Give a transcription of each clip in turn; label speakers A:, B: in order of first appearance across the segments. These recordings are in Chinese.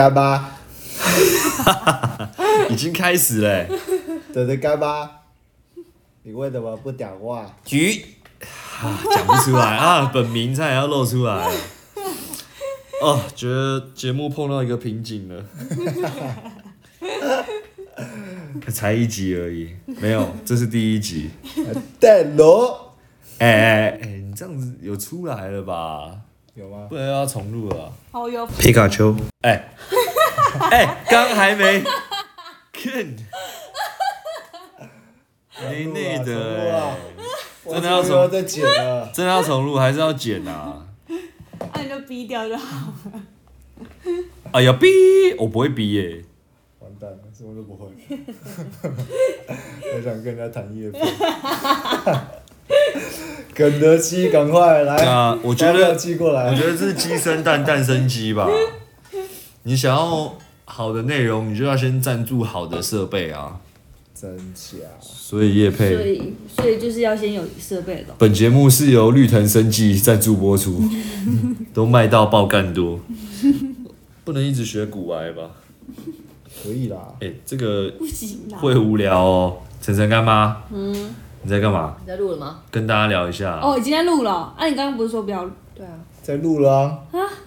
A: 干巴，
B: 已经开始了欸。
A: 等着干巴。你为什么不讲话？
B: 菊，啊讲不出来啊，本名差点要露出来。哦，觉得节目碰到一个瓶颈了。才一集而已，没有，这是第一集。
A: 戴罗
B: 哎哎哎，你这样子有出来了吧？
A: 有吗
B: 不？然又要重录了啊。
C: 哦，有
A: 皮卡丘，
B: 哎哎，刚还没。看，
A: 哎啊
B: 内内的欸，
A: 真
B: 真的要
A: 说
B: 重
A: 再剪了。
B: 真的要重录还是要剪啊？
C: 那你就逼掉就好。
B: 哎呀，逼！我不会逼耶、
A: 完蛋了，什么都不会。 很想跟人家谈业 配。肯德基，赶快来！
B: 那啊我觉
A: 发票
B: 得，
A: 寄过
B: 我
A: 来
B: 觉。得这是鸡生蛋，蛋生鸡吧。你想要好的内容，你就要先赞助好的设备啊。
A: 真假？
B: 所以叶
C: 所
B: 佩，
C: 以，所以就是要先有设备的。
B: 本节目是由绿藤生技赞助播出， 都卖到爆干多。不能一直学古癌吧？
A: 可以啦。
B: 哎、这个
C: 不行啦。
B: 会无聊哦。晨晨干妈，嗯，你在干嘛？
D: 你在录了吗？
B: 跟大家聊一下。
C: 哦，已经在录了哦。那、你刚刚不是说不要录？
D: 对啊，
A: 在录了啊。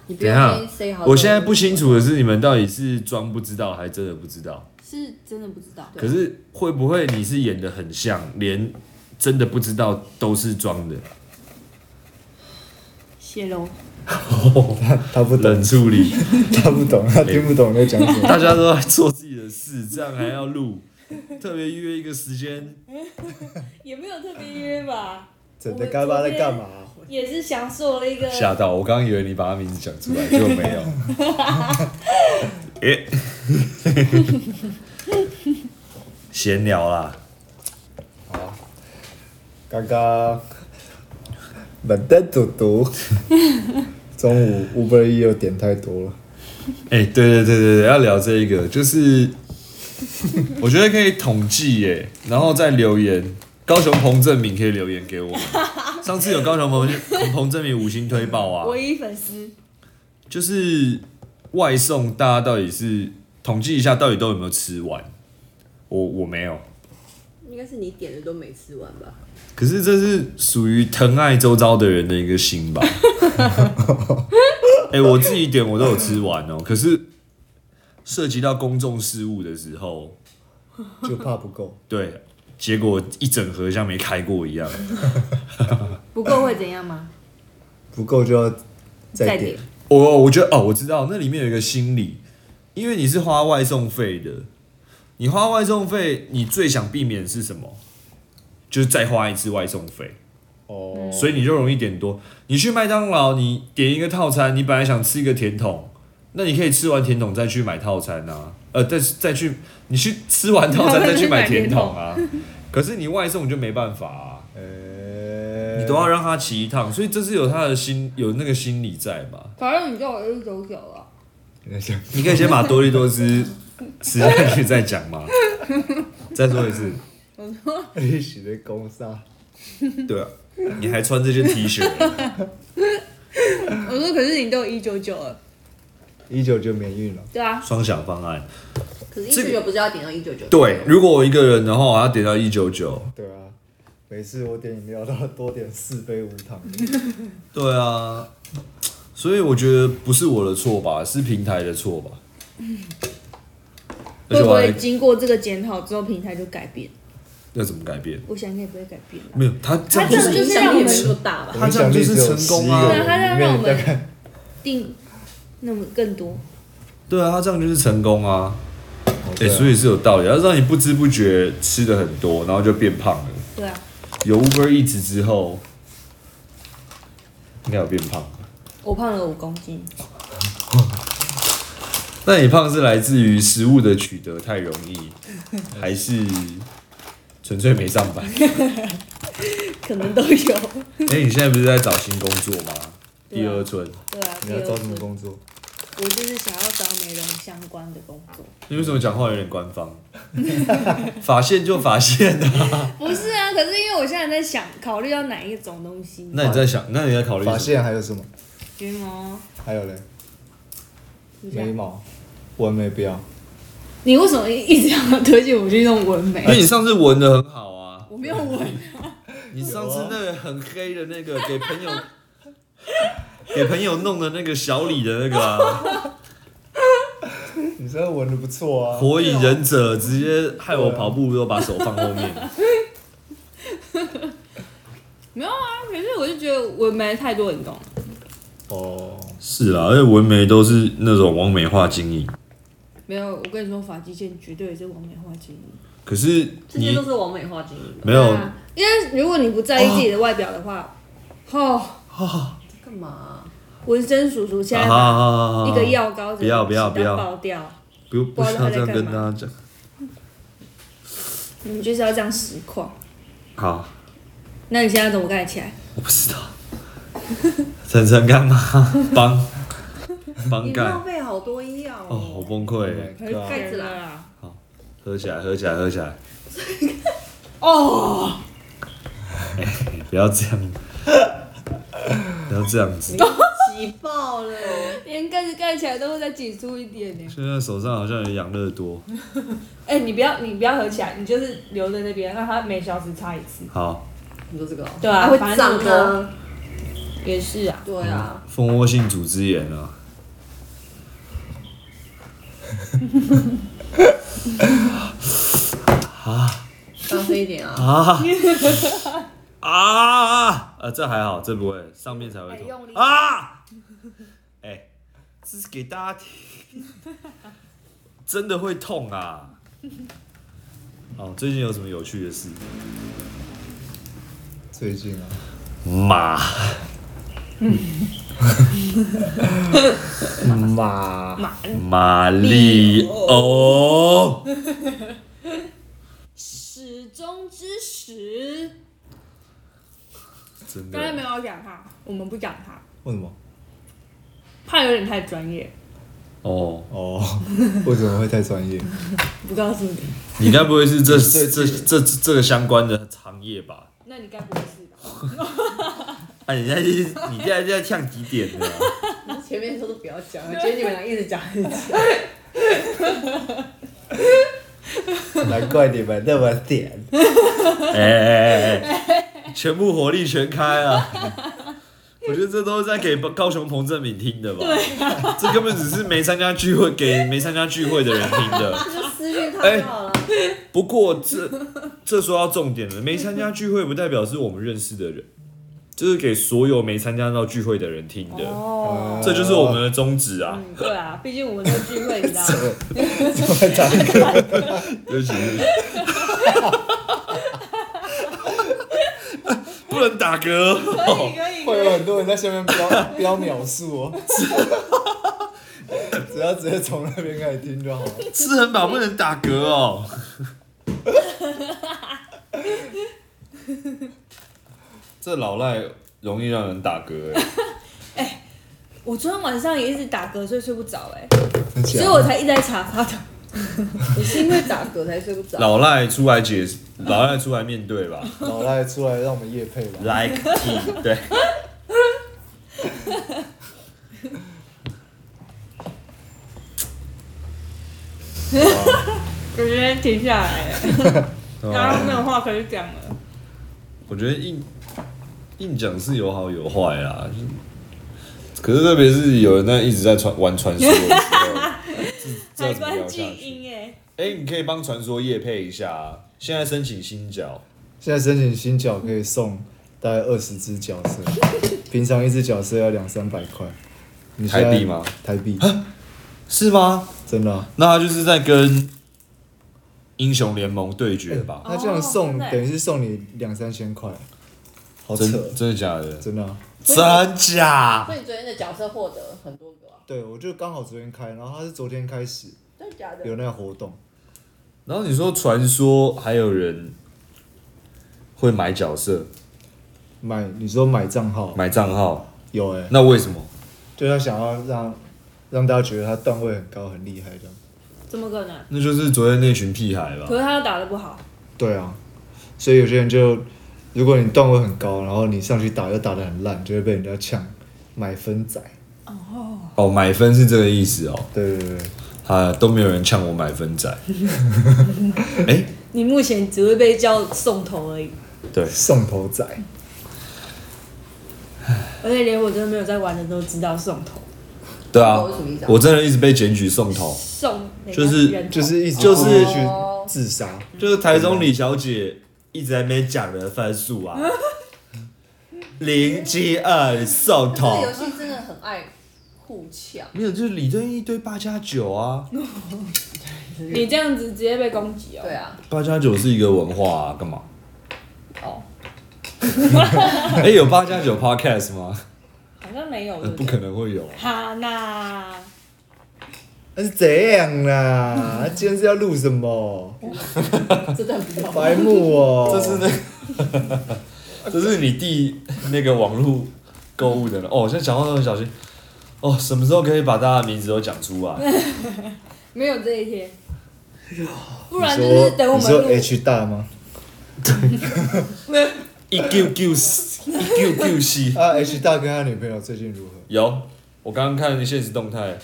D: 你不
B: 等一
D: 要
B: 下
D: 先 say 好。
B: 我现在不清楚的是，你们到底是装不知道，还真的不知道。
C: 是真的不知道。
B: 可是会不会你是演的很像，连真的不知道都是装的？
C: 泄露。
A: 他不懂
B: 冷，处理，
A: 他不懂，他听不懂在讲什么。
B: 大家都在做自己的事，这样还要录，特别约一个时间。
C: 也没有特别约吧，
A: 整的干巴在干嘛？啊
C: 也是享受了一 个
B: 吓到我，刚刚以为你把他名字讲出来，结果没有。 诶 闲聊啦，
A: 刚刚冷淡嘟 嘟，中午 Uber E 又点太多了，
B: 哎、对对对对对，要聊这一个，就是我觉得可以统计耶，然后再留言。高雄彭正明可以留言给我们，上次有高雄彭彭彭正明五星推爆啊，
C: 唯一粉丝。
B: 就是外送大家到底是统计一下到底都有没有吃完，我我没有，
D: 应该是你点的都没吃完吧？
B: 可是这是属于疼爱周遭的人的一个心吧。哎、我自己点我都有吃完哦，可是涉及到公众事务的时候，
A: 就怕不 够。
B: 对，结果一整盒像没开过一样。
C: 不够会怎样吗？
A: 不够就要再点。。
B: 我我觉得哦，我知道那里面有一个心理，因为你是花外送费的，你花外送费，你最想避免的是什么？就是再花一次外送费，
A: 哦，
B: 所以你就容易点多。你去麦当劳，你点一个套餐，你本来想吃一个甜筒，那你可以吃完甜筒再去买套餐啊，呃，再再去你去吃完套餐再去买甜筒啊。可是你外送就没办法啊。
A: 呃，
B: 你都要让他骑一趟，所以这是有他的心，有那个心理在嘛？
C: 反正你叫我一九九啊了。
B: 你可以先把多利多汁吃下去再讲 嘛。再说一次，
A: 你洗的公杀，
B: 对啊，你还穿这件 T 恤，
C: 我说，可是你都有一九九了。
A: 一九就免运了。
C: 对啊，
B: 双享方案。
D: 可是一
B: 这
D: 九
B: 个
D: 九不是要点到一九九？
B: 对，如果我一个人的话，我要点到一九九。
A: 对啊，每次我点饮料都要多点四杯无糖。
B: 对啊，所以我觉得不是我的错吧，是平台的错吧。而
C: 会
B: 且
C: 不
B: 我还
C: 会经过这个检讨之后，平台就改变？
B: 要怎么改变？
C: 我想应该也不会改变吧。
B: 没有，他这样
C: 他
B: 就
C: 这
B: 是
C: 个就
D: 影
C: 是
D: 响
C: 让我
D: 力
C: 们
D: 没多大吧？
B: 他这样就是成功啊
A: 我
C: 对啊
A: 们
C: 他
A: 奖励
C: 让
A: 只有
C: 让
A: 11
C: 我
A: 个里面大概
C: 们定那么更多。
B: 对啊，他这样就是成功啊。
A: 哦
B: 哎、
A: 对啊
B: 所以是有道理，要让你不知不觉吃的很多，然后就变胖了。
C: 对啊，
B: 有 Uber Eats 之后，应该有变胖。
C: 我胖了五公斤。
B: 那你胖是来自于食物的取得太容易，还是纯粹没上班？
C: 可能都有。
B: 哎、你现在不是在找新工作吗？
C: 对啊
B: 第二春，
C: 对啊，
A: 你要找什么工作？
C: 我就是想要找美容相关的工作。
B: 你为什么讲话有点官方？ 发现就发现啊！
C: 不是啊，可是因为我现在在想，考虑要哪一种东西。
B: 那你在想，那你在考虑什
A: 发
B: 么？
A: 线还有什么？
C: 睫毛，
A: 还有嘞，眉毛、完美不要，
C: 你为什么一直要推荐我去弄纹眉
B: 因？为你上次纹的很好啊，
C: 我没有纹，
B: 你上次那个很黑的那个给朋友 给朋友弄的那个小李的那 个、啊、
A: 你这纹的不错啊。
B: 火影忍者，直接害我跑步都把手放后面。
C: 没有啊。可是我就觉得纹眉太多人懂了，
A: 哦，
B: 是啊，而且纹眉都是那种完美化经营，
C: 没有。我跟你说，发际线绝对也是完美化经营。
B: 可是
D: 这些
B: 你
D: 都是完美化经营的。
B: 没有
C: 对啊，因为如果你不在意自己的外表的话，哦，
D: 干嘛啊？
C: 纹身叔叔现在把
B: 啊
C: 一个药膏
B: 不要不要
C: 整个
B: 不要
C: 爆掉，
B: 不用不
C: 不知
B: 需
C: 道
B: 要
C: 他在
B: 这样跟
C: 干
B: 大
C: 嘛
B: 家讲。
C: 你们就是要这样实况。
B: 好，
C: 那你现在怎么盖起来？
B: 我不知道。晨晨干 嘛？帮帮
D: 你
B: 盖
D: 浪费好多药
B: 哦，好
D: 哦。
B: 崩溃耶！
A: Oh my god
D: 盖子啦
C: 啦。
B: 喝起来，喝起来，喝起来！
C: 哦，
B: 不要这样，不要这样子。
D: 挤爆了！
C: 连盖子盖起来都会再挤出一点点。
B: 现在手上好像有养乐多。
C: 哎、你不要你不要合起来，你就是留在那边，让它每小时擦一次。
B: 好，
D: 你说这个哦？
C: 对啊
D: 它会
C: 反正
D: 胀
C: 就是
D: 的。
C: 也是啊，
D: 对啊，
B: 蜂窝性组织炎啊。
D: 大声一点啊！
B: 啊啊！呃，这还好，这不会，上面才会
C: 哎用力
B: 痛啊！哎，这是给大家听， 真的会痛啊！哦，最近有什么有趣的事？
A: 最近啊，
B: 妈，
A: 马
B: 马里欧，
C: 始终之始。
B: 真的
C: 刚才没有讲它，我们不讲它，
A: 为什么？
C: 怕有点太专业，
B: 哦，
A: 哦， 为什么会太专业？
C: 不告诉你。
B: 你该不会是这这这这这个相关的行业吧？
C: 那你该不会是吧？
B: 啊，你现在就是你现在在呛几点了啊？
D: 前面说都不要讲，我觉得你们俩一直讲，一直讲
A: 难怪你们那么点。
B: 哎哎哎哎， 全部火力全开啊！ 我觉得这都是在给高雄彭正敏听的吧？这根本只是没参加聚会给没参加聚会的人听的。
D: 就私讯他就
B: 哎
D: 好了。
B: 不过这这说到重点了，没参加聚会不代表是我们认识的人，这、是给所有没参加到聚会的人听的。
C: 哦，
B: 这就是我们的宗旨啊！
C: 嗯，对 啊，毕竟我们在聚会，你知道吗？
B: 对不起，对不 起不能打嗝。
C: 可以可以
A: 会
C: 可以，
A: 有很多人在下面标标秒数哦， 只要直接从那边开始听就好了。
B: 吃很饱不能打嗝哦。这老赖容易让人打嗝哎，
C: 我昨天晚上也一直打嗝，所以睡不着哎、
A: 真假
C: 所
A: 的
C: 以我才一直在查他的。
D: 你是因为打嗝才睡不着？
B: 老赖出来解释，老赖出来面对吧。
A: 老赖出来让我们夜配吧。
B: Like tea，对。
C: 我觉得停下来、欸，
B: 哦
C: 然后没有话可以讲了。
B: 啊我觉得硬硬讲是有好有坏啦，就可是特别是有人在一直在传玩传说的时候，这
C: 海
B: 这要怎么
C: 关
B: 聊下
C: 静
B: 去？
C: 音哎，
B: 哎、你可以帮传说夜配一下、啊，现在申请新角。
A: 现在申请新角可以送大概二十只角色，平常一只角色要两三百块。你现在
B: 台币吗？啊
A: 台币，
B: 是吗？
A: 真的啊、
B: 那他就是在跟英雄联盟对决吧？
A: 那这样送、
C: 真的耶
A: 等于是送你两三千块，嗯好扯，
B: 真真的假的？
A: 真的啊、
B: 真假？
D: 所以你昨天的角色获得很多个啊？
A: 对，我就刚好昨天开，然后他是昨天开始
D: 真的假的？
A: 有那个活动，
B: 然后你说传说还有人会买角色、
A: 买你说买账号
B: 买账号，
A: 有哎、
B: 那为什么？
A: 就他想要让让大家觉得他段位很高很厉害这样。
C: 怎么可能？
B: 那就是昨天那群屁孩吧
C: 可。是他又打的不好，
A: 对啊，所以有些人就，如果你段位很高，然后你上去打又打得很烂，就会被人家呛买分仔。
B: 哦，买分是这个意思哦。
A: 对对对，
B: 啊，都没有人呛我买分仔。哎、
D: 你目前只会被叫送头而已，
B: 对，
A: 送头仔，
D: 而且连我真的没有在玩的都知道送头，
B: 对啊
E: 送头是什么意思啊，
B: 我真的一直被检举送头，
D: 送哪个
B: 就是
D: 人头
A: 就是一直
B: 就是
A: 故意去自杀，
B: 就是台中李小姐一直在那边讲的分数啊， 零七二送
E: 这
B: 头
E: 个游，戏真的很爱互呛，
B: 没有，就是李正一堆八加九啊，
C: 你这样子直接被攻击哦、
E: 对啊，
B: 八加九是一个文化啊，干嘛？
E: 哦，
B: 哎、有八加九 podcast 吗？
C: 好像没有，对
B: 呃不
C: 对
B: 可能会有啊。
D: 哈娜，
A: 那是怎样啦？今天是要录 什么？
E: 这段不要。
A: 白目哦、
B: 这是那， 这是你弟那个网络购物的了。哦，我现在讲话都很小心。哦，什么时候可以把大家的名字都讲出啊？
C: 没有这一天。
B: 哎
D: 不
A: 你
D: 然就
A: 说
D: 是等我
A: 你
D: 们
A: 说
D: 录
A: H 大吗？
B: 一九九四，一九九四，
A: 啊，H 大跟他女朋友最近如何？
B: 有。我刚刚看现实动态，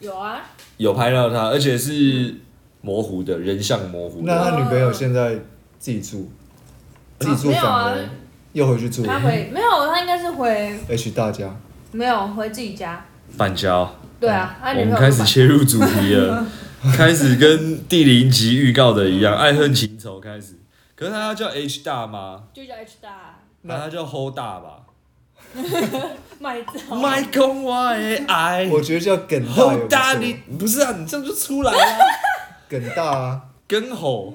C: 有啊，
B: 有拍到他，而且是模糊的人像模糊
A: 那
B: 的。
A: 他女朋友现在自己住，自己住
C: 没有
A: 反
C: 啊
A: 而又回去住
C: 他回没有，他应该是回
A: H 大家。
C: 没有回自己家。
B: 板桥，
C: 对啊，他
B: 我
C: 女朋
B: 们
C: 友
B: 开
C: 不
B: 始
C: 管
B: 切入主题了，开始跟第零集预告的一样，爱恨情仇开始。可是他要叫 H 大吗？
C: 就叫 H 大
B: 那他叫 Hold 大吧。
C: 卖 照。
B: 麦公我的爱
A: 我觉得叫梗大也
B: 吼
A: 不
B: 大
A: 错，
B: 力，不是啊，你这样就出来了、啊。
A: 梗大啊，
B: 跟吼，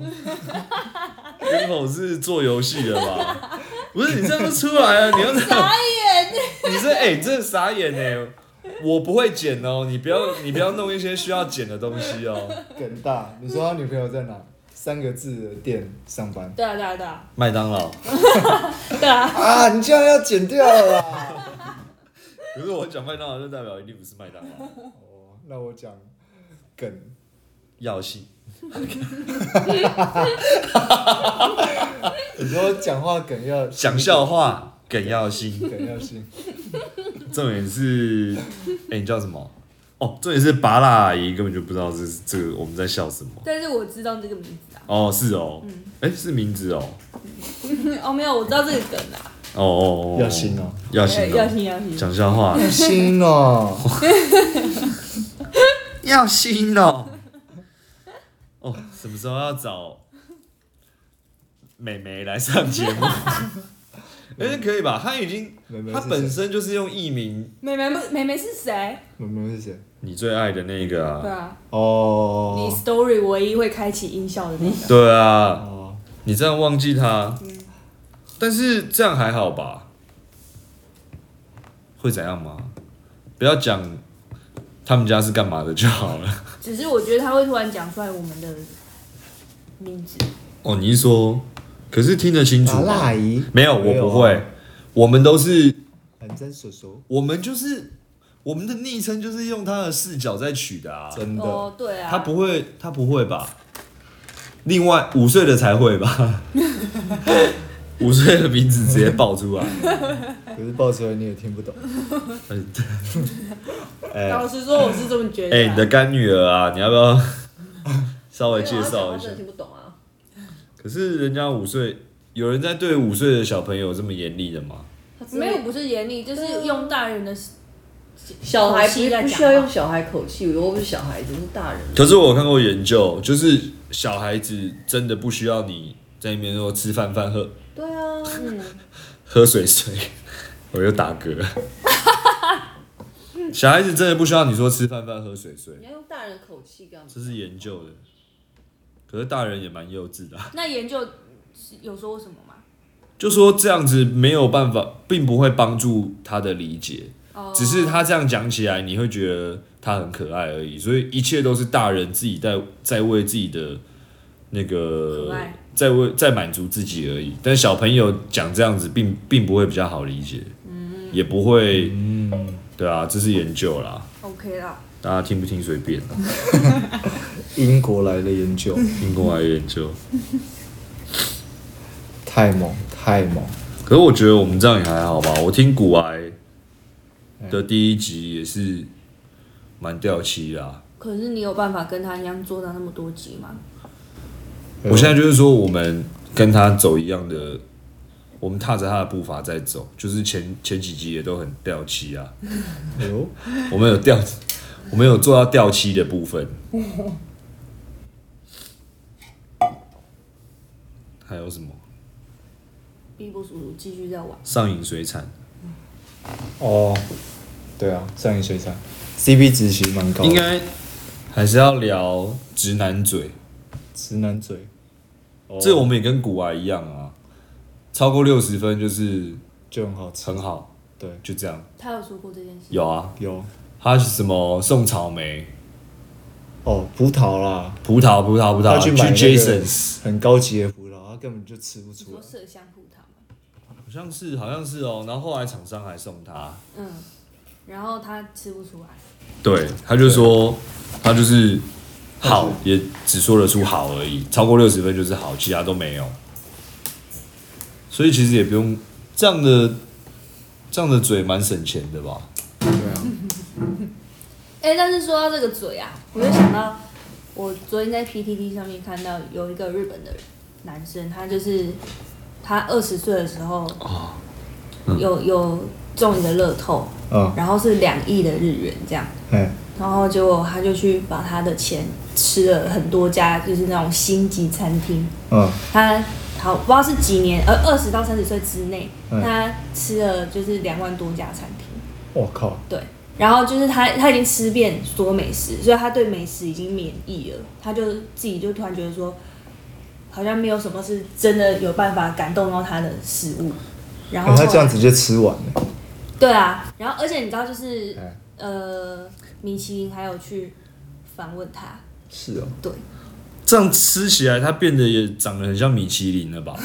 B: 跟吼是做游戏的吧？不是你这样就出来了，你要这样，你这哎、你这傻眼哎、我不会剪哦，你不要你不要弄一些需要剪的东西哦。
A: 梗大。你说他女朋友在哪？三个字的店上班
C: 对啊对啊对啊
B: 麦当劳，
C: 对啊，
A: 啊！你这样要剪掉了啦。
B: 可是我讲麦当劳就代表一定不是麦当劳，
A: 哦，那我讲梗，
B: 药性。
A: 你说讲话梗要
B: 讲笑话，梗要性。
A: 梗要新，
B: 重点是，哎、你叫什么？哦，重点是拔蜡阿姨根本就不知道这是这个我们在笑什么。
C: 但是我知道这个名字啊。
B: 哦，是哦，哎、是名字哦，
C: 哦，没有，我知道这个梗啊。
B: 哦哦哦，
A: 要新哦，
B: 要新
C: 对要
B: 哦，
C: 听要听。
B: 讲笑话，
A: 新哦，
B: 要新哦。 哦，什么时候要找美眉来上节目？哎、可以吧？她已经
A: 妹妹，是
B: 她
A: 谁
B: 本身就是用艺名，
C: 妹妹妹妹是谁？
A: 我们是谁？
B: 你最爱的那个
C: 对
B: 啊，
C: 啊，你
A: 哦
C: story 唯一会开启音效的那个。
B: 对啊，
A: 哦，
B: 你这样忘记他，但是这样还好吧？会怎样吗？不要讲他们家是干嘛的就好了。
C: 只是我觉得他会突然讲出来我们的名字。
B: 哦，你是说，可是听得清楚
A: 麻辣
B: 吗
A: 阿？姨啊
B: 没有，我不会。我们都是，
A: 反正叔叔
B: 我们就是我们的昵称就是用他的视角在取的啊。
A: 真的
C: 哦，对啊。
B: 他不会，他不会吧？另外五岁的才会吧？ 五岁的名字直接爆出来。
A: 可是报出来你也听不懂，
B: 嗯对哎、
D: 老实说，我是这么觉
B: 哎、
D: 得
B: 你
D: 啊。
B: 的干女儿啊，你要不要 稍微介绍一下
E: 我啊真的？听不懂啊。
B: 可是人家五岁，有人在对五岁的小朋友这么严厉的吗？
E: 他真的
C: 没有，不是严厉，就是用大人的
E: 小孩
C: 口
E: 不
C: 气在
E: 不
C: 讲
E: 需要用小孩口气，我又不是小孩子，我是大人。
B: 可是我有看过研究，就是小孩子真的不需要你在那边说吃饭饭喝
E: 对啊，
B: 喝水水， 我又打嗝 了。小孩子真的不需要你说吃饭饭喝水水
E: 你，要用大人口气干嘛？
B: 这是研究的。可是大人也蛮幼稚的啊、
C: 那研究是有说什么吗？
B: 就说这样子没有办法，并不会帮助他的理解。只是他这样讲起来，你会觉得他很可爱而已，所以一切都是大人自己在在为自己的那
C: 可
B: 个
C: 爱
B: 在为在满足自己而已。但小朋友讲这样子并，并不会比较好理解，
C: 嗯
B: 也不会，对啊，这是研究啦，
C: OK 啦，
B: 大家听不听随便啦，啊
A: 英国来的研究
B: 听过来研究。
A: 太猛太猛，
B: 可是我觉得我们这样也还好吧。我听古癌的第一集也是蛮掉漆啦、啊
C: 可是你有办法跟他一样做到那么多集吗？
B: 我现在就是说，我们跟他走一样的，我们踏着他的步伐在走，就是前前几集也都很掉漆啊，
A: 哎呦，
B: 我们有掉，我们有做到掉漆的部分。还有什么
C: 逼不叔叔继续在玩，
B: 上瘾水产？
A: 哦，对啊，上瘾水产，CP 值其实蛮高的，
B: 应该还是要聊直男嘴，
A: 直男嘴，哦
B: 这我们也跟古玩一样啊，超过六十分就是
A: 就很好吃，
B: 很好，
A: 对，
B: 就这样。
C: 他有说过这件事。
B: 有啊，
A: 有
B: 他是什么送草莓、
A: 哦，葡萄啦，
B: 葡萄、葡萄、葡萄，
A: 他去买那个
B: Jasons，
A: 很高级的葡萄，他根本就吃不
C: 你
A: 出
C: 说
A: 来，
C: 麝香葡萄吗？
B: 好像是好像是哦。然后后来厂商还送他，
C: 嗯，然后他吃不出来，
B: 对，他就说他就是好，也只说得出好而已，超过六十分就是好，其他都没有。所以其实也不用这样的这样的嘴蛮省钱的吧？
A: 对啊，
C: 哎、但是说到这个嘴啊，我就想到我昨天在 PTT 上面看到有一个日本的男生，他就是他二十岁的时候，有有中一个乐透，
A: 嗯，
C: 然后是两亿的日元这样，
A: 哎，
C: 然后结果他就去把他的钱吃了很多家就是那种星级餐厅，
A: 嗯，
C: 他好不知道是几年，呃，二十到三十岁之内，
A: 嗯
C: 他吃了就是两万多家餐厅。
A: 我靠，
C: 对，然后就是他他已经吃遍所有美食，所以他对美食已经免疫了。他就自己就突然觉得说，好像没有什么是真的有办法感动到他的食物。然后
A: 哎
C: 后来、
A: 他这样直接吃完了，
C: 对啊，然后而且你知道就是、
A: 哎，
C: 呃，米其林还有去访问他，
A: 是哦，
C: 对，
B: 这样吃起来，它变得也长得很像米其林了吧？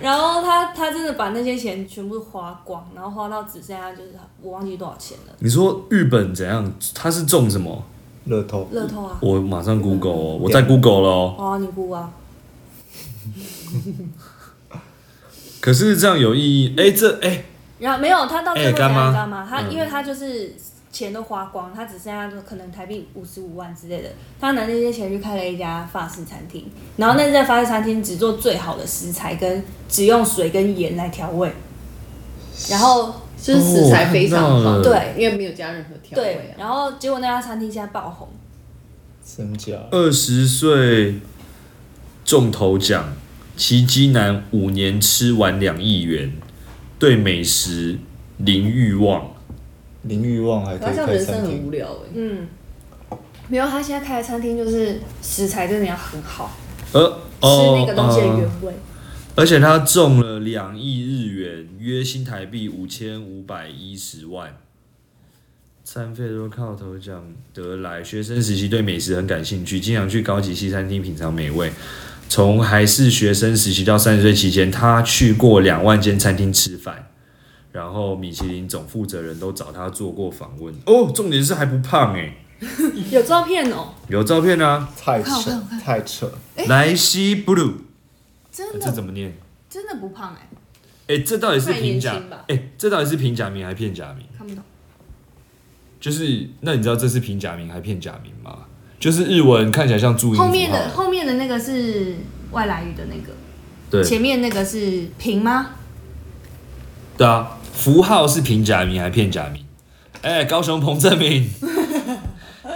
C: 然后他他真的把那些钱全部花光，然后花到只剩下就是我忘记多少钱了，
B: 你说日本怎样？它是种什么？
A: 乐透，
C: 乐透啊，
B: 我马上 Google，、哦、我在 Google 了、哦。
C: 哦，你估啊，
B: 可是这样有意义？哎、这哎、
C: 然后没有，他到最
B: 哎
C: 后怎样，
B: 干妈
C: 你知道吗？他
B: 嗯
C: 因为他就是钱都花光，他只剩下可能台币五十五万之类的，他拿那些钱去开了一家法式餐厅，然后那家法式餐厅只做最好的食材，跟只用水跟盐来调味，然后
E: 就是食材非常
B: 哦
E: 好，
B: 我看
C: 到了，
E: 因为没有加任何调味
C: 对，
E: 啊。
C: 然后结果那家餐厅现在爆红，
A: 真假？
B: 二十岁中头奖，奇迹男五年吃完两亿元，对美食零欲望。
A: 林欲望还
E: 好
A: 可以
E: 像
A: 开
E: 人生
A: 餐
E: 很
A: 厅，
E: 无聊哎，
C: 嗯，没有，他现在开的餐厅就是食材真的要很好，
B: 而
C: 吃
B: 哦
C: 那个东西的
B: 呃
C: 原味，
B: 而且他中了两亿日元，约新台币五千五百一十万。餐费都靠头奖得来。学生时期对美食很感兴趣，经常去高级西餐厅品尝美味。从还是学生时期到三十岁期间，他去过两万间餐厅吃饭。然后米其林总负责人都找他做过访问。哦，重点是还不胖诶、
C: 有照片哦，
B: 有照片啊。
A: 太扯，太扯，
B: 莱西布鲁，
C: 真
B: 这怎么念？
C: 真的不胖哎、
B: 哎、这到底是
E: 太
B: 平
E: 年
B: 假
E: 轻吧？
B: 哎、这到底是平假名还是片假名？
C: 看不懂，
B: 就是那你知道这是平假名还是片假名吗？就是日文看起来像注音符号
C: 后面的后面的那个是外来语的那个。
B: 对
C: 前面那个是平吗？
B: 对啊，符号是平假名还是片假名？哎、高雄彭正明，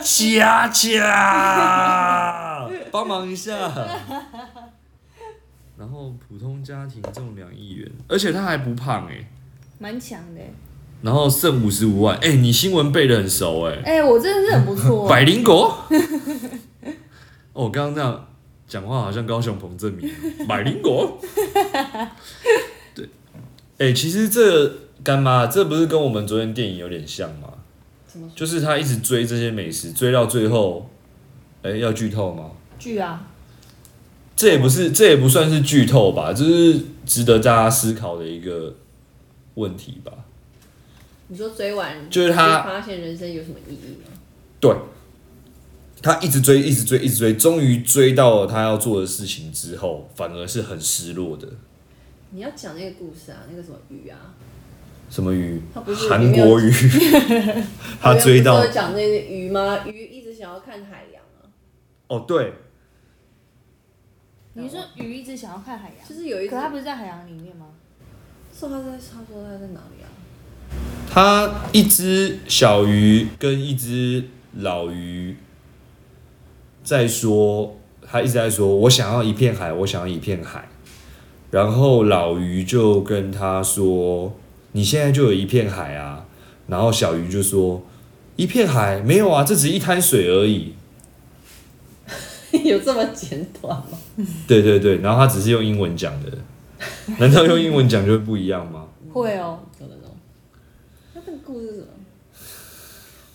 B: 佳佳，帮忙一下。然后普通家庭中两亿元，而且他还不胖哎、
C: 蛮强的欸、
B: 然后剩五十五万哎、你新闻背的很熟哎、
C: 哎、我真的是很 不错、
B: 百灵果。哦，我刚刚那样讲话好像高雄彭正明，百灵果。对，哎、其实这干妈这不是跟我们昨天电影有点像吗？
E: 怎么
B: 就是他一直追这些美食，追到最后，哎、要剧透吗？
C: 剧啊，
B: 这也不是，这也不算是剧透吧，就是值得大家思考的一个问题吧。
E: 你说追完
B: 就是他
E: 就发现人生有什么意义吗？
B: 对，他一直追，一直追，一直追，终于追到了他要做的事情之后，反而是很失落的。
E: 你要讲那个故事啊，那个什么鱼啊，
B: 什么鱼
E: 他不是，
B: 韩国鱼， 他追
E: 我
B: 到
E: 啊们不是有讲那个鱼吗？鱼一直想要看海洋啊，
B: 哦对，
C: 你说鱼一直想要看海洋，
E: 就是有一
C: 可
E: 次，
C: 它不是在海洋里面吗？
E: 说他在他说他在哪里啊？
B: 他一只小鱼跟一只老鱼在说，他一直在说我想要一片海，我想要一片海。然后老鱼就跟他说：“你现在就有一片海啊。”然后小鱼就说：“一片海没有啊，这只是一滩水而已。
E: 有这么简短吗？”
B: 对对对，然后他只是用英文讲的，难道用英文讲就会不一样吗？
C: 会哦，
E: 可能哦。那这个故事是什么？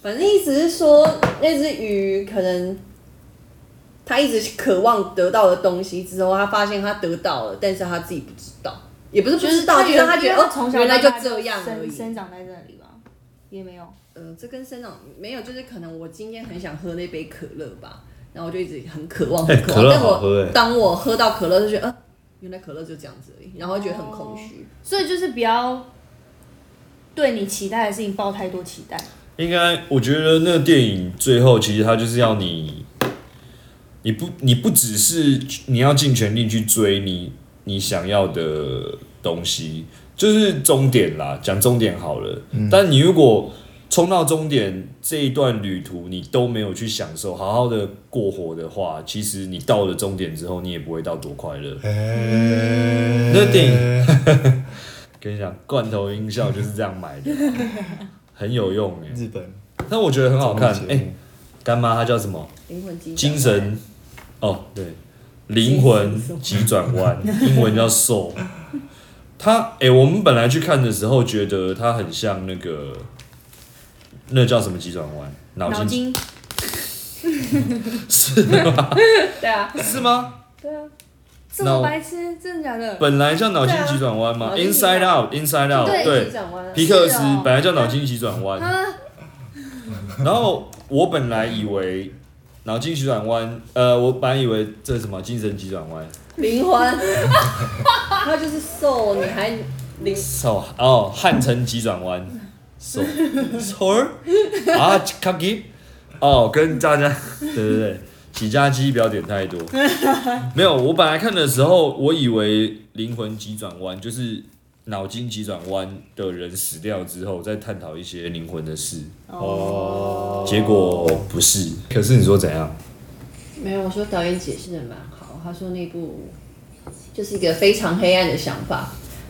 E: 反正意思是说，那只鱼可能它一直渴望得到的东西，之后它发现它得到了，但是它自己不知道，也不是不知道，就是它觉得
C: 因为
E: 哦
C: 从，小
E: 原来就
C: 到大
E: 这样而
C: 生
E: 已。
C: 生长在这里吧，也没有。
E: 呃，这跟生长没有，就是可能我今天很想喝那杯可乐吧，然后我就一直很渴望，
B: 哎
E: 很渴
B: 可
E: 望。
B: 乐
E: 但
B: 好喝
E: 我
B: 哎
E: 当我喝到可乐，就觉得，呃，原来可乐就这样子而已，然后觉得很空虚。
C: 所以就是不要对你期待的事情抱太多期待。
B: 应该，我觉得那个电影最后其实它就是要你，你不你不只是你要尽全力去追你你想要的东西，就是终点啦，讲终点好了。但你如果冲到终点这一段旅途，你都没有去享受，好好的过活的话，其实你到了终点之后，你也不会到多快乐。那个电影， 跟你讲，罐头音效就是这样买的，很有用哎、
A: 日本
B: 但我觉得很好看
A: 综。艺节
B: 哎、
A: 目
B: 干妈她叫什么？
E: 灵魂鸡
B: 精神哦，对，灵魂急转弯，英文叫 soul。她哎、我们本来去看的时候觉得它很像那个，那叫什么急转弯？脑
C: 脑
B: 筋急
C: 筋，
E: 对啊，
B: 是吗？
C: 对啊，这
B: 脑
C: 么白痴，真的假的？
B: 本来叫脑筋急转弯嘛
E: 对啊
B: ，Inside Out，Inside Out，
E: 对，
B: 对
E: 急，转弯啊
B: 皮克斯
C: 是哦
B: 本来叫脑筋急转弯，
C: 啊，
B: 然后我本来以为脑筋急转弯，呃，我本来以为这是什么精神急转弯，
E: 灵魂，他就是瘦，你还灵，
B: 手哦，汉城急转弯，手手儿啊，卡吉哦，跟大家对对对，起家鸡不要点太多。没有，我本来看的时候，我以为灵魂急转弯就是脑筋急转弯的人死掉之后，再探讨一些灵魂的事，
A: 哦，
B: 结果不是。可是你说怎样？
E: 没有，我说导演解释的蛮好，他说那部就是一个非常黑暗的想法。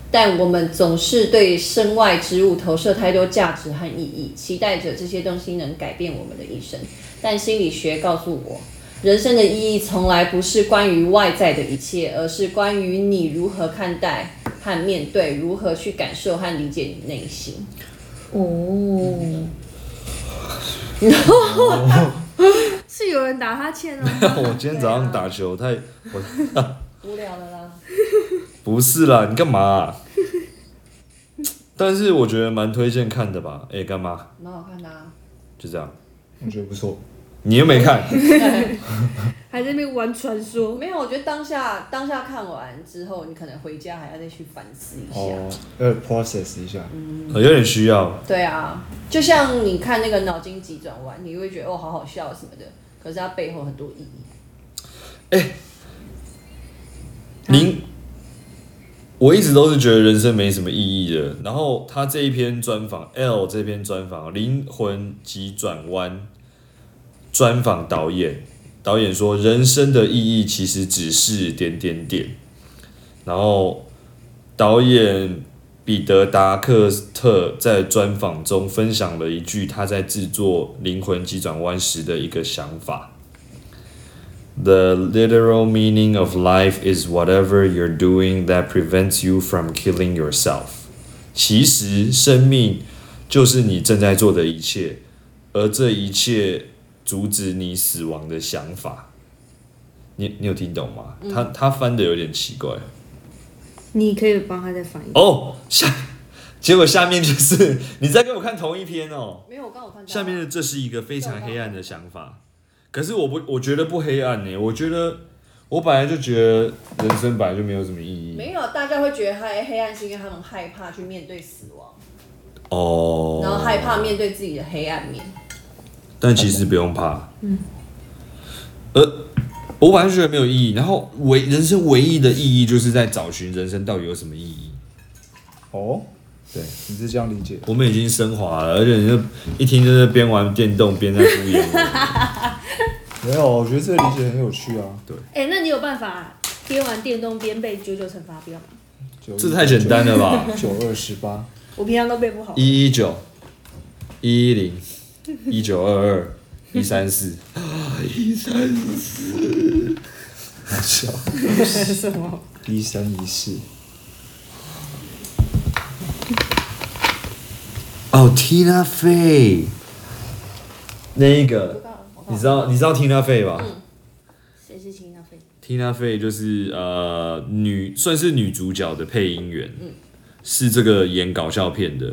E: 但我们总是对身外之物投射太多价值和意义，期待着这些东西能改变我们的一生。但心理学告诉我，人生的意义从来不是关于外在的一切，而是关于你如何看待和面对，如何去感受和理解你内心。
C: 哦，
B: 哦
C: 是有人打哈欠哦。
B: 我今天早上打球太我
E: 无聊了啦。
B: 不是啦，你干嘛啊、 但是我觉得蛮推荐看的吧。哎、干嘛？
E: 蛮好看的啊，
B: 就这样。
A: 我觉得不错。
B: 你又没看，
C: 还在那边玩传说，
E: 没有，我觉得当下当下看完之后，你可能回家还要再去反思一下。
A: 哦，要 process 一下。
C: 嗯
B: 哦有点需要。
E: 对啊，就像你看那个脑筋急转弯，你会觉得哦好好笑什么的，可是它背后很多意义。
B: 您，我一直都是觉得人生没什么意义的。然后他这一篇专访，L 这篇专访《灵魂急转弯》专访导演，导演说人生的意义其实只是点点点。然后导演彼得达克特在专访中分享了一句他在制作《灵魂急转弯》时的一个想法：“The literal meaning of life is whatever you're doing that prevents you from killing yourself。”其实，生命就是你正在做的一切，而这一切阻止你死亡的想法。你你有听懂吗？他他翻的有点奇怪。
C: 你可以帮他再翻译。
B: 哦，下，结果下面就是你在跟我看同一篇哦。
E: 没有，我刚好看到啊
B: 下面的这是一个非常黑暗的想法，可是我不，我觉得不黑暗呢、我觉得我本来就觉得人生本来就没有什么意义。
E: 没有，大家会觉得黑黑暗是因为他们害怕去面对死亡，
B: 哦，
E: 然后害怕面对自己的黑暗面。
B: 但其实不用怕。嗯。呃，我本来就觉得没有意义，然后唯人生唯一的意义就是在找寻人生到底有什么意义。
A: 哦，对，你是这样理解？
B: 我们已经升华了，而且你就一听就是边玩电动边在敷衍我。
A: 没有，我觉得这个理解很有趣啊。
C: 哎、那你有办法边玩电动边背九九乘法表吗？
A: 九
B: 这太简单了吧？
A: 九二十 八，
C: 我平常都背不好。
B: 一一九，一一零，一九二二，一三四。
A: 好笑。一三一四，
B: 哦，Tina Fey，那一个，你知道你知道 Tina Fey 吧、
C: 谁是秦小飞？
B: t i n a Fey 就是呃女算是女主角的配音员，是这个演搞笑片的。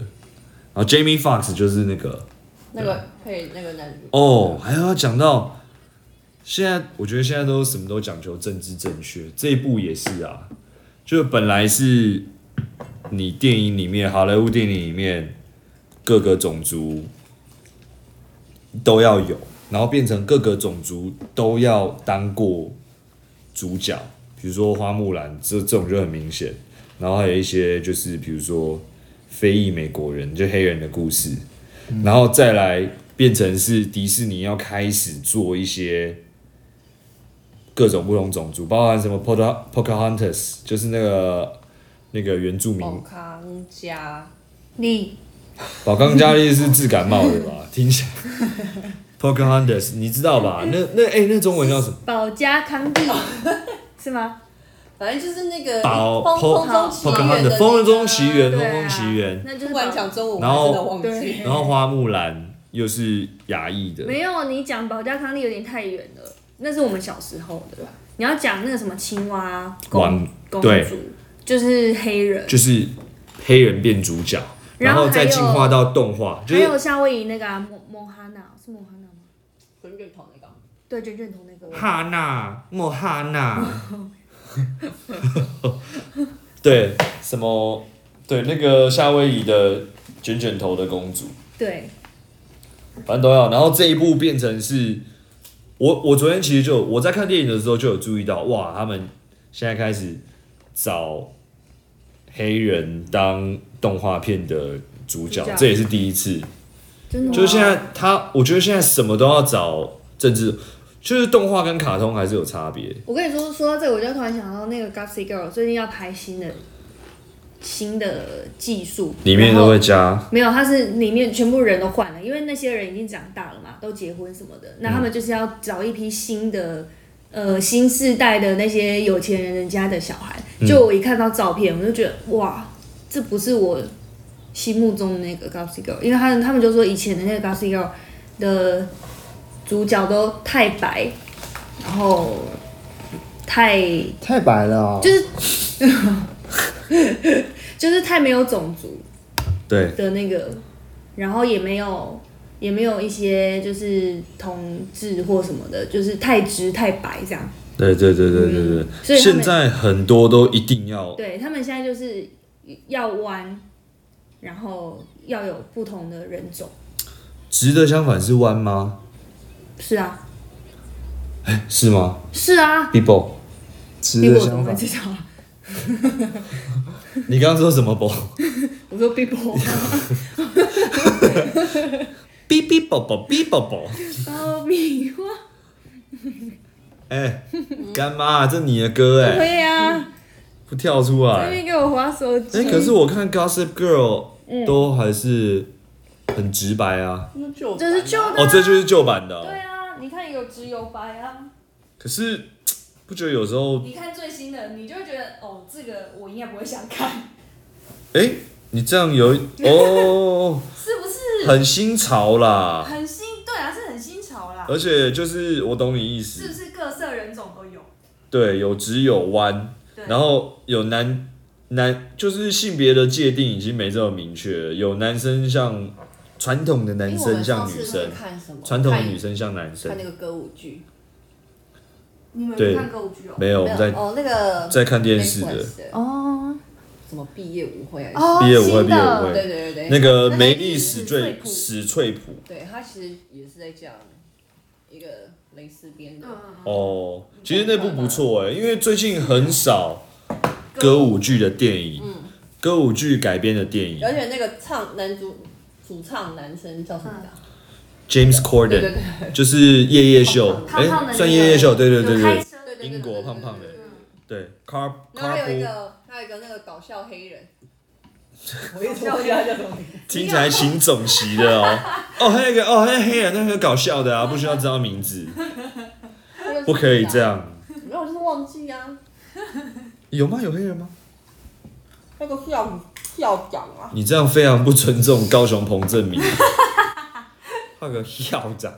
B: 然后 Jamie Fox 就是那个
E: 那个配那个男主，
B: 哦，还要讲到现在，我觉得现在都什么都讲求政治正确，这一部也是啊，就本来是你电影里面好莱坞电影里面各个种族都要有，然后变成各个种族都要当过主角，比如说花木兰这这种就很明显，然后还有一些就是比如说非裔美国人就黑人的故事，然后再来变成是迪士尼要开始做一些各种不同种族，包含什么 Poca Pocahontas，就是那个那个原住民
E: 宝哦康家
C: 你
B: 宝康佳丽是治感冒的 吧？听起来。Pocahontas，你知道
C: 嗯
B: 吧？那那哎、那中文叫什么？
C: 保家康 帝是吗？
E: 反正就是那
C: 嗯
E: 个哎
B: 宝
E: 风风中奇缘的那
B: Pocahontas，
E: 个
B: 风中奇缘，
C: 对
B: 风
C: 啊
B: 中奇缘。
C: 那就
E: 不
C: 是
E: 管
C: 保
E: 讲中文，我
B: 然后
E: 真的忘记
C: 对。
B: 然后花木兰又是亚裔的，
C: 没有，你讲保家康帝有点太远了，那是我们小时候的。你要讲那个什么青蛙公
B: 王
C: 公
B: 对
C: 主，就是黑人，
B: 就是黑人变主角，然
C: 然后
B: 后再进化到动画，就
C: 还有
B: 是
C: 夏威夷那个啊，蒙蒙哈娜是蒙哈娜吗？
E: 纯认同那个，
C: 对，就认同那个。
B: 哈娜莫哈 娜，对，什么对那个夏威夷的卷卷头的公主，
C: 对，
B: 反正都要。然后这一部变成是，我我昨天其实就我在看电影的时候就有注意到，哇，他们现在开始找黑人当动画片的主角
C: 主，角
B: 这也是第一次。
C: 真的吗
B: 就是现在他，我觉得现在什么都要找政治，就是动画跟卡通还是有差别。
C: 我跟你说，说到这个，我就突然想到那个 Gossip Girl 最近要拍新的新的技术，
B: 里面
C: 然
B: 都
C: 后
B: 会加，
C: 没有，它是里面全部人都换了，因为那些人已经长大了嘛，都结婚什么的，那他们就是要找一批新的。呃，新世代的那些有钱人家的小孩，就我一看到照片，我就觉得哇，这不是我心目中的那个 Gossip Girl，因为他们他们就说以前的那个 Gossip Girl 的主角都太白，然后太
A: 太白了啊！
C: 就是就是太没有种族，
B: 对，
C: 的那个，然后也没有也没有一些就是同志或什么的，就是太直太白这样。
B: 对对对对对对。
C: 嗯所以他
B: 现
C: 们
B: 在很多都一定要，
C: 对他们现在就是要弯，然后要有不同的人种。
B: 直的相反是弯吗？
C: 是啊，
B: 是吗
C: 是啊，
B: ？People，
A: 直
C: 比
A: 的
C: 我怎么
A: 相
C: 会
A: 反，
C: 知道啊？
B: 你刚刚说什么 b
C: 我说 people，
B: 哔哔啵啵哔啵啵。
C: 然后米花，
B: 哎，干妈，这你的歌哎，
C: 对啊，
B: 不跳出
C: 那
B: 来。
C: 边给我划手机。嗯
B: 哎，可是我看 Gossip Girl 都还是很直白啊。
E: 那就
C: 这是旧的、
B: 哦，这就是旧版的哦。
C: 对啊，你看有直有白啊，
B: 可是不觉得有时候，
C: 你看最新的，你就会觉得哦，这个我应该不会想看，
B: 哎、你这样有一 哦，
C: 是不是？
B: 很新潮啦，
C: 很新，对啊，是很新潮啦，
B: 而且就是我懂你意
C: 是不
B: 思，
C: 是各色人种都有？
B: 对，有直有弯，
C: 对，
B: 然后有男男，就是性别的界定已经没这么明确了，有男生像传统的男
E: 因为我
B: 生
E: 们
B: 像
E: 上
B: 女
E: 次
B: 生，
E: 看什么？
B: 传统的
E: 看
B: 女生像男生
E: 看，那个歌舞剧，
C: 你们
B: 对
C: 有看歌舞剧哦？
B: 没有我
E: 没
B: 们
E: 有
B: 在
E: 哦，那个
B: 在看电视的，
E: Netflix 的
C: 哦，
E: 什什么毕业舞会啊，
C: 哦，
B: 毕业舞会
C: 新
B: 毕业舞
C: 的
B: 会
E: 对对对
B: 那
E: 对，
B: 个
C: 那
B: 梅
C: 个
B: 丽史
C: 是史
B: 翠
C: 翠普
B: 史翠普
E: 对他其实也是在讲一个蕾丝边
C: 嗯
E: 的，
B: 哦，其实那部不
E: 嗯
B: 错哎，因为最近很少歌舞剧的电影，歌舞剧改编的电影
E: 嗯而且那个唱男主主唱男生叫什么的啊？
B: ，James
E: 对
B: Corden
E: 对对哦
B: 就是夜夜秀，
C: 胖胖
B: 哎，
C: 的那个
B: 算夜夜秀，对对对
C: 有
B: 对
C: 开，车
E: 对
C: 的
E: 对，对
B: 英国胖胖的
E: 对对对
B: 对，Car
E: 然后还有一
B: Carpool
E: 个还有一个那个搞笑黑人，
D: 我一直忘记他叫什么名字。
B: 听起来挺总席的 哦，哦还有一个哦还有黑人那个搞笑的啊，不需要知道名 字，不可以这，样，
E: 没有我就是忘记啊，
B: 有吗？有黑人吗？
E: 那个校校长啊，
B: 你这样非常不尊重高雄彭正明，换个校长，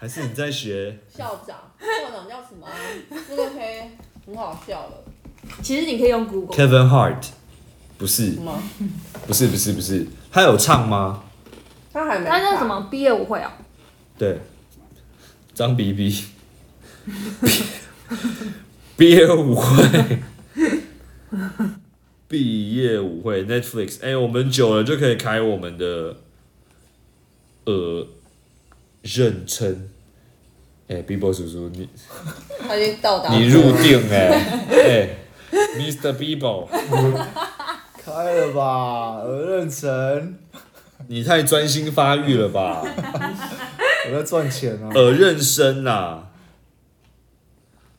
B: 还是你在学？
E: 校长校长叫什么啊？那个黑很好笑的，
C: 其实你可以用 Google，
B: Kevin Hart，不是
E: 什，么？
B: 不是，不是，不是，他有唱吗？
E: 他还没
C: 它叫
E: 上
C: 什？么毕业舞会啊？
B: 对，张比比，毕业舞会，毕业舞会，Netflix，哎、我们久了就可以开我们的呃认称，哎、b i b o 叔叔，你
E: 他已经到达
B: 你入定哎、哎、m r Bibo，
A: 开了吧，鹅认成，
B: 你太专心发育了吧？
A: 我在赚钱啊。
B: 耳认生啦、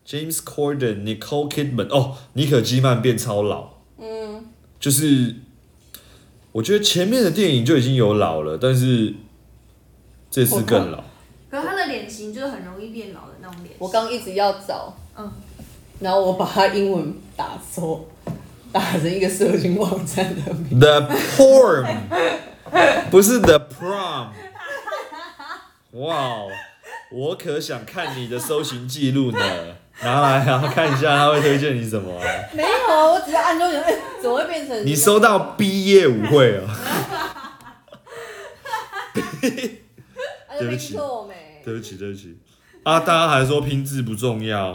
B: James Corden、Nicole Kidman，哦，妮可基曼变超老。嗯，就是我觉得前面的电影就已经有老了，但是这次更老。
C: 可是他的脸型就是很容易变老的那种脸
E: 我刚一直要找，
C: 嗯，
E: 然后我把他英文打错，打成一个色情网站的名，
B: The Prom，不是 The Prom。哇哦，我可想看你的搜寻记录呢，拿来啊，看一下他会推荐你什么啊、
E: 没有啊，我只要按就觉得，哎，怎么会变成
B: 你收到毕业舞会哦。
E: 啊就
B: 对不
E: 被
B: 起
E: 错没？
B: 对不起，对不起。啊，大家还说拼字不重要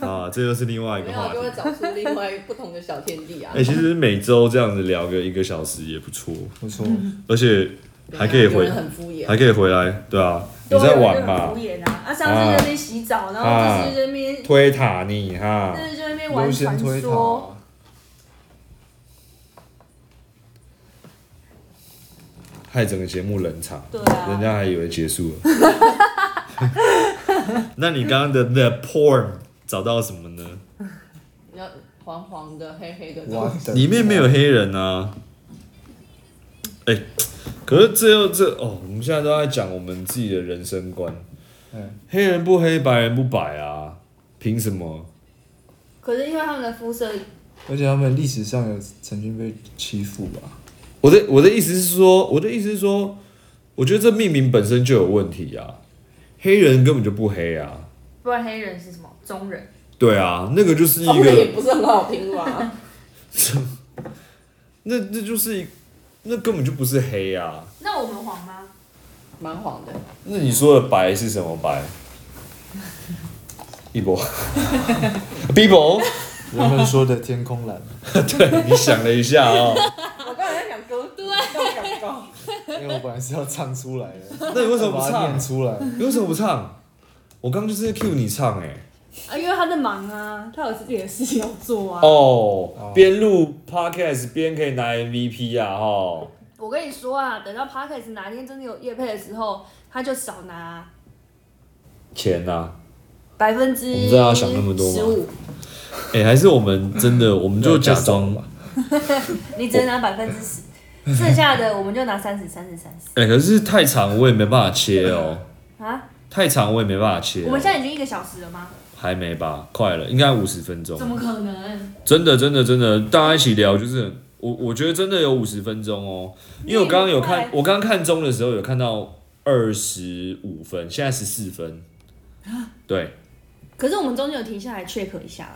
B: 啊，这又是另外一个
E: 没
B: 话
E: 有，
B: 题
E: 就。会找出另外不同的小天地啊
B: 哎、。其实每周这样子聊个一个小时也不错，
A: 不错，
C: 嗯
B: 而且还可以
E: 有
B: 回
E: 人，啊很敷衍
B: 还，可以回来，对啊，你
C: 对啊
B: 在
C: 有
B: 玩啊
C: 人很
B: 嘛
C: 敷？衍啊！啊，上次在那边洗澡，然后就是在那边，
B: 推塔你哈
C: 就是在那边玩
A: 优先
C: 传
A: 推
C: 说
A: 塔，。
B: 害整个节目冷场，
C: 对啊
B: 人家还以为结束了。 那你刚刚的 the porn 找到什么呢？
E: 你要黄黄的、黑黑的，
A: 我等啊
B: 里面没有黑人啊。哎、可是这又这哦，我们现在都在讲我们自己的人生观。
A: 嗯
B: 黑人不黑，白人不白啊，凭什么？
C: 可是因为他们的肤色，
A: 而且他们历史上有曾经被欺负吧？
B: 我的我的意思是说，我的意思是说，我觉得这命名本身就有问题啊。黑人根本就不黑啊，
C: 不然黑人是什么中人？
B: 对啊，那个就是一
C: 哦
E: 中文
B: 个
E: 也，不是很好听吧？
B: 那那就是一，那根本就不是黑啊。
C: 那我们黄吗？
E: 蛮黄的，
B: 那你说的白是什么白？一 博，Bibo，
A: 人们说的天空蓝，
B: 对 你想了一下啊、
E: 我刚才在想歌，对，要广
A: 因为我本来是要唱出来的，
B: 那你为什么
A: 把
B: 不
A: 它
B: 唱
A: 念？出来？ 嗯
B: 你为什么不唱？我刚刚就是在 cue 你唱哎、
C: 啊，因为他在忙啊，他有自己的事情要做啊。
B: 哦，边录 podcast 边可以拿 MVP 啊，哦，
C: 我跟你说啊，等到 Parkes 哪天真的有业配的时候，他就少拿
B: 钱啊，
C: 百分之
B: 我们真的要想那么多吗
C: 十五，
B: 哎、还是我们真的，我们就假装
A: 吧。
C: 你只能
B: 哦
C: 拿百分之十，剩下的我们就拿三十、三十、三十
B: 哎、可是太长我也没办法切哦，
C: 啊。
B: 太长我也没办法切、哦。
C: 我们现在已经一个小时了吗？
B: 还没吧，快了，应该五十分钟。
C: 怎么可能？
B: 真的，真的，真的，大家一起聊，就是很我我觉得真的有五十分钟哦，因为我刚刚有看
C: 那，也
B: 我刚刚看钟的时候有看到二十五分，现在十四分，对，
C: 可是我们中间有停下来 check 一下，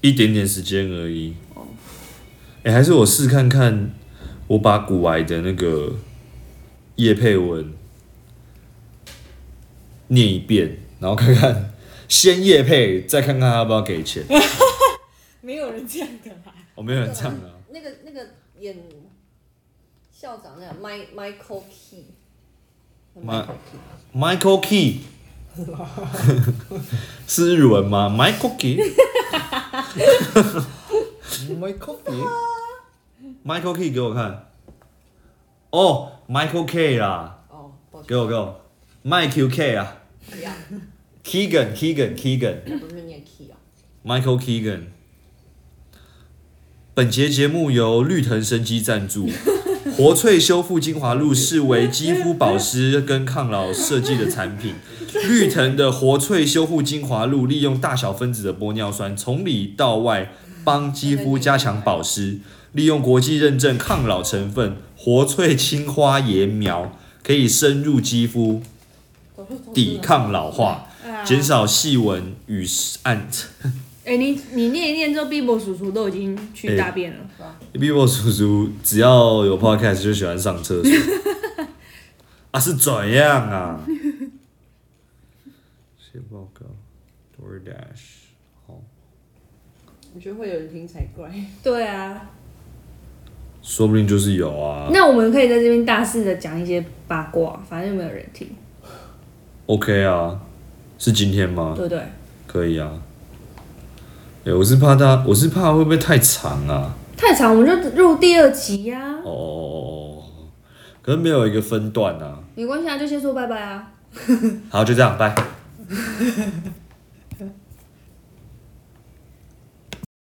B: 一点点时间而已。哎、还是我试看看，我把古癌的那个叶佩文念一遍，然后看看先叶佩，再看看他要不要给钱。
D: 没有人这样的啦。
B: 我没有人唱啊，
E: 那个那个演校长那个 My Michael Key。
B: My- Michael Key，是日文吗？Michael Key，Michael
A: My coffee，
B: Key 给我看。哦、m i c h a e l K 啦，
E: 哦，抱歉
B: 给，我给我，Michael K 啊
E: 不要，
B: ，Keegan Keegan Keegan，Michael
E: 那不是念 Key 啊。
B: Keegan。本节节目由绿藤生机赞助，活萃修复精华露是为肌肤保湿跟抗老设计的产品。绿藤的活萃修护精华露利用大小分子的玻尿酸，从里到外帮肌肤加强保湿，利用国际认证抗老成分活萃青花椰苗，可以深入肌肤，抵
D: 啊
B: 抗老化，减少细纹与暗。
C: 啊哎、你你念一念之后，Bibo 叔叔都已经去大便了。
B: 哎 vivo 叔叔只要有 podcast 就喜欢上厕所，啊是怎样啊？写报告，DoorDash，好。
D: 我觉得会有人听才怪。
C: 对啊，
B: 说不定就是有啊。
C: 那我们可以在这边大肆的讲一些八卦，反正没有人听，
B: OK 啊，是今天吗
C: 对？不对？
B: 可以啊。哎、我是怕他，我是怕会不会太长啊？
C: 太长，我们就录第二集呀、
B: 哦哦哦哦哦，可是没有一个分段啊。
C: 没关系啊，就先说拜拜啊。
B: 好，就这样，拜。